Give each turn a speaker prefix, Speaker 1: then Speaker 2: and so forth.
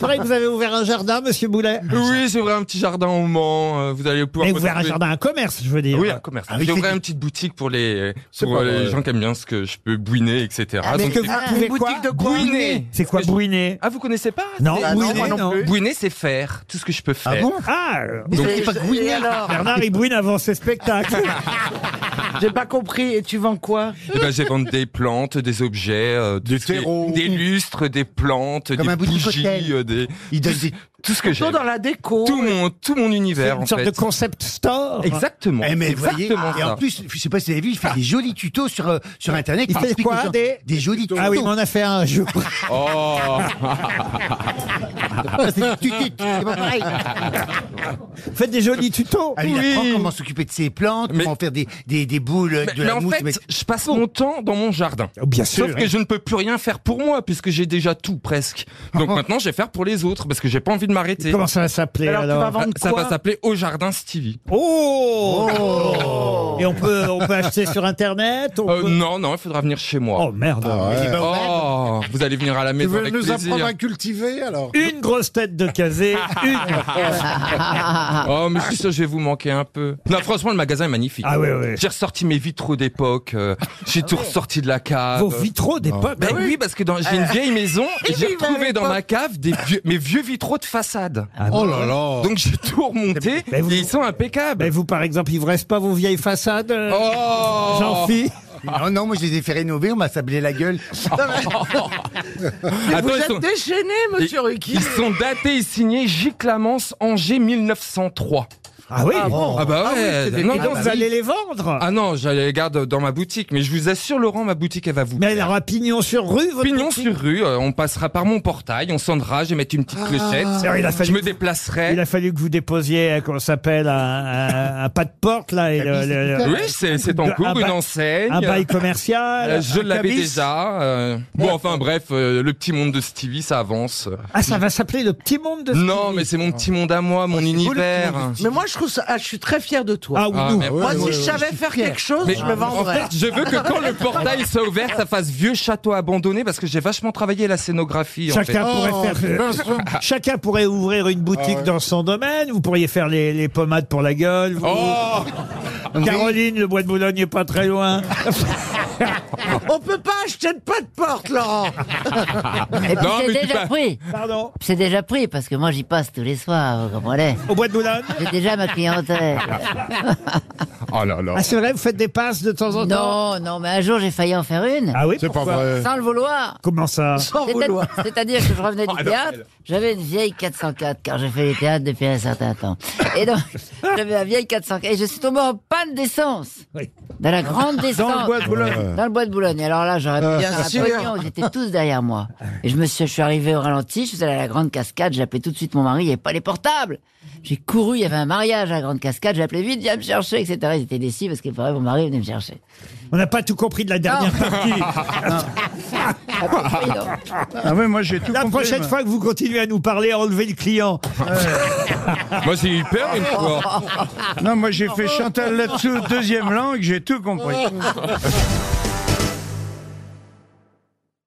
Speaker 1: vrai que vous avez ouvert un jardin, monsieur Boulet
Speaker 2: Oui, j'ai ouvert un petit jardin au Mans. euh, Vous allez pouvoir.
Speaker 1: Mais ouvert un
Speaker 2: retrouver-
Speaker 1: jardin, un commerce, je veux dire.
Speaker 2: Oui, un commerce.
Speaker 1: Ah oui,
Speaker 2: j'ai
Speaker 1: c'est-
Speaker 2: ouvert une petite boutique pour les,
Speaker 3: C'est
Speaker 2: pour
Speaker 3: pas
Speaker 2: les
Speaker 3: vrai.
Speaker 2: gens qui aiment bien ce que je peux bouiner, etc.
Speaker 1: mais
Speaker 2: Donc,
Speaker 1: que vous
Speaker 4: Ah,
Speaker 1: pouvez
Speaker 4: une
Speaker 1: quoi
Speaker 4: boutique de quoi
Speaker 2: Bouiner.
Speaker 1: C'est quoi bouiner
Speaker 2: Ah, vous connaissez pas
Speaker 1: Non,
Speaker 2: C'est-
Speaker 1: bouiner,
Speaker 3: moi non
Speaker 1: non.
Speaker 3: plus.
Speaker 2: Bouiner, c'est faire tout ce que je peux faire.
Speaker 3: Ah bon
Speaker 1: Ah
Speaker 4: Mais
Speaker 2: Donc-
Speaker 4: c'est pas Gouiner alors
Speaker 1: Bernard, il bouine avant ses spectacles.
Speaker 4: J'ai pas compris. Et tu vends quoi
Speaker 2: Eh ben, j'ai vendu des plantes, des objets, euh, tout
Speaker 3: Des
Speaker 2: ce qui est-
Speaker 3: terreaux.
Speaker 2: des lustres, des plantes,
Speaker 3: Comme
Speaker 2: des
Speaker 3: un boutique
Speaker 2: bougies,
Speaker 3: hôtel.
Speaker 2: euh, des
Speaker 3: Il donne
Speaker 2: tout,
Speaker 3: des-
Speaker 2: tout ce que j'ai.
Speaker 4: Plutôt dans la déco.
Speaker 2: Tout mon tout mon
Speaker 1: C'est
Speaker 2: univers
Speaker 1: une
Speaker 2: en
Speaker 1: sorte de
Speaker 2: fait.
Speaker 1: concept store.
Speaker 2: Exactement.
Speaker 3: Eh, mais vous voyez,
Speaker 2: exactement
Speaker 3: et
Speaker 2: ça. Ah.
Speaker 3: en plus, je sais pas si vous avez vu, il fait des jolis tutos sur, euh, sur Internet.
Speaker 1: Il
Speaker 3: qui
Speaker 1: fait
Speaker 3: expliquent
Speaker 1: quoi,
Speaker 3: aux gens-
Speaker 1: des-
Speaker 3: jolis tutos.
Speaker 1: Ah oui, mais on a fait un jour.
Speaker 2: Oh.
Speaker 3: C'est tu- tu- tu- c'est pas pareil.
Speaker 1: Faites des jolis tutos.
Speaker 3: Ah, il
Speaker 2: Oui.
Speaker 3: apprend comment s'occuper de ses plantes,
Speaker 2: Mais-
Speaker 3: comment faire des, des, des boules avec
Speaker 2: Mais,
Speaker 3: de
Speaker 2: mais
Speaker 3: la
Speaker 2: en
Speaker 3: mousse.
Speaker 2: fait,
Speaker 3: mais- Oh.
Speaker 2: je passe mon temps dans mon jardin.
Speaker 1: Oh, Bien sûr.
Speaker 2: Sauf que je ne peux plus rien faire pour moi puisque j'ai déjà tout presque. Donc maintenant, je vais faire pour les autres parce que j'ai pas envie de m'arrêter.
Speaker 1: Ah. Comment ça va s'appeler
Speaker 4: Alors,
Speaker 1: alors,
Speaker 4: tu vas vendre
Speaker 2: Ça
Speaker 4: quoi
Speaker 2: va s'appeler Au Jardin Stevie.
Speaker 1: oh, Et on peut, on peut acheter sur Internet on
Speaker 2: Euh,
Speaker 1: peut-
Speaker 2: non, non, il faudra venir chez moi.
Speaker 1: Oh merde.
Speaker 3: C'est pas vrai.
Speaker 2: Oh, vous allez venir à la maison avec plaisir.
Speaker 5: cultiver alors
Speaker 1: Une grosse tête de casé, une.
Speaker 2: Oh, mais je suis sûr, je vais vous manquer un peu. Non, franchement, le magasin est magnifique.
Speaker 1: Ah ouais, ouais.
Speaker 2: J'ai ressorti mes vitraux d'époque. euh, j'ai tout ressorti de la cave.
Speaker 1: Vos vitraux Ah Euh, d'époque.
Speaker 2: Ben oui. parce que dans- j'ai une vieille maison et j'ai retrouvé dans ma cave des vieux- mes vieux vitraux de façade.
Speaker 1: Ah
Speaker 5: Oh là là
Speaker 2: Donc j'ai tout remonté
Speaker 1: Mais vous-
Speaker 2: et ils sont impeccables.
Speaker 1: Mais Ben, vous, par exemple, il vous reste pas vos vieilles façades euh,
Speaker 2: Oh
Speaker 1: Jean-Phi
Speaker 3: Non, non, moi je les ai fait rénover, on m'a sablé la gueule.
Speaker 2: Ah, Attends,
Speaker 4: Vous
Speaker 2: ils,
Speaker 4: êtes
Speaker 2: sont,
Speaker 4: déchaîné, monsieur Ruki.
Speaker 2: ils sont datés et signés J. Clamence Angers 1903.
Speaker 1: Ah oui
Speaker 2: Ah bah ouais. non,
Speaker 1: Et
Speaker 2: non,
Speaker 1: donc,
Speaker 2: ah,
Speaker 1: vous allez les vendre
Speaker 2: ah non, je les garde dans ma boutique, mais je vous assure, Laurent, ma boutique, elle va vous.
Speaker 1: Mais elle aura pignon sur rue, votre
Speaker 2: Pignon
Speaker 1: boutique
Speaker 2: sur rue, euh, on passera par mon portail, on scindra, je vais mettre une petite clochette.
Speaker 1: Alors, il a
Speaker 2: Je
Speaker 1: fallu
Speaker 2: me
Speaker 1: que- Il
Speaker 2: déplacerai.
Speaker 1: a fallu que vous déposiez, euh, comment ça s'appelle, un, un- un pas de porte, là, et le- le- le-
Speaker 2: Oui, c'est c'est en
Speaker 1: Un
Speaker 2: cours,
Speaker 1: bail-
Speaker 2: une enseigne.
Speaker 1: un bail
Speaker 2: Euh,
Speaker 1: commercial.
Speaker 2: je
Speaker 1: un
Speaker 2: l'avais
Speaker 1: cabis.
Speaker 2: déjà. euh, Bon, enfin bref, euh, le petit monde de Stevie, ça avance.
Speaker 1: Ah, ça va s'appeler le petit monde de
Speaker 2: Non, mais c'est mon petit monde à moi, mon univers.
Speaker 4: Mais moi, je trouve ça. ah, je suis très fier de toi.
Speaker 1: Ah, ou
Speaker 2: Ah,
Speaker 1: nous.
Speaker 2: mais-
Speaker 4: moi,
Speaker 5: ouais,
Speaker 4: si
Speaker 5: ouais,
Speaker 4: je
Speaker 5: ouais,
Speaker 4: savais faire quelque chose,
Speaker 2: Mais
Speaker 4: je me
Speaker 2: en
Speaker 4: vendrais.
Speaker 2: fait, je veux que quand le portail soit ouvert, ça fasse vieux château abandonné parce que j'ai vachement travaillé la scénographie. En fait.
Speaker 1: Chacun pourrait faire. Chacun pourrait ouvrir une boutique dans son domaine. Vous pourriez faire les, les pommades pour la gueule. vous.
Speaker 2: Oh
Speaker 1: Caroline, le bois de Boulogne n'est pas très loin.
Speaker 4: On peut pas acheter de pas de porte, Laurent.
Speaker 6: Et puis
Speaker 2: Non, mais
Speaker 6: Eh ben, c'est
Speaker 2: tu
Speaker 6: déjà
Speaker 2: pas-
Speaker 6: pris.
Speaker 1: Pardon.
Speaker 6: C'est déjà pris parce que moi j'y passe tous les soirs, vous comprenez
Speaker 1: Au bois de Boulogne.
Speaker 6: J'ai déjà ma clientèle.
Speaker 2: bah,
Speaker 5: Oh là là
Speaker 1: Ah, c'est vrai, vous faites des passes de temps en temps.
Speaker 6: non, non, mais un jour j'ai failli en faire une.
Speaker 1: Ah oui.
Speaker 5: C'est pas
Speaker 1: pourquoi
Speaker 5: vrai
Speaker 6: Sans le vouloir.
Speaker 1: Comment ça
Speaker 4: Sans
Speaker 6: C'est-à-
Speaker 4: vouloir.
Speaker 6: C'est-à-dire que je revenais du théâtre, j'avais une vieille 404, car j'ai fait du théâtre depuis un certain temps. Et donc, j'avais la vieille 404, et je suis tombé en panne d'essence.
Speaker 1: Oui.
Speaker 6: Dans la grande descente.
Speaker 1: Dans le bois de Boulogne.
Speaker 6: Dans le bois de Boulogne. Alors là, j'aurais pu
Speaker 4: Euh, Bien
Speaker 6: faire un
Speaker 4: sûr.
Speaker 6: pognon, ils étaient tous derrière moi. Et je me suis, je suis arrivé au ralenti, je suis allé à la grande cascade, j'ai appelé tout de suite mon mari, il n'y avait pas les portables. J'ai couru, il y avait un mariage à la grande cascade, j'ai appelé vite, viens me chercher, etc. Ils étaient déçus parce qu'il paraît que mon mari venait me chercher.
Speaker 1: On n'a pas tout compris de la dernière partie.
Speaker 6: Ah, Après, ils ont-
Speaker 3: Ah oui, moi j'ai tout
Speaker 1: La prochaine fois que vous continuez à nous parler, enlevez le client.
Speaker 2: Moi j'ai eu peur une fois.
Speaker 3: Non, moi j'ai fait Chantal là-dessous, deuxième langue, j'ai tout compris.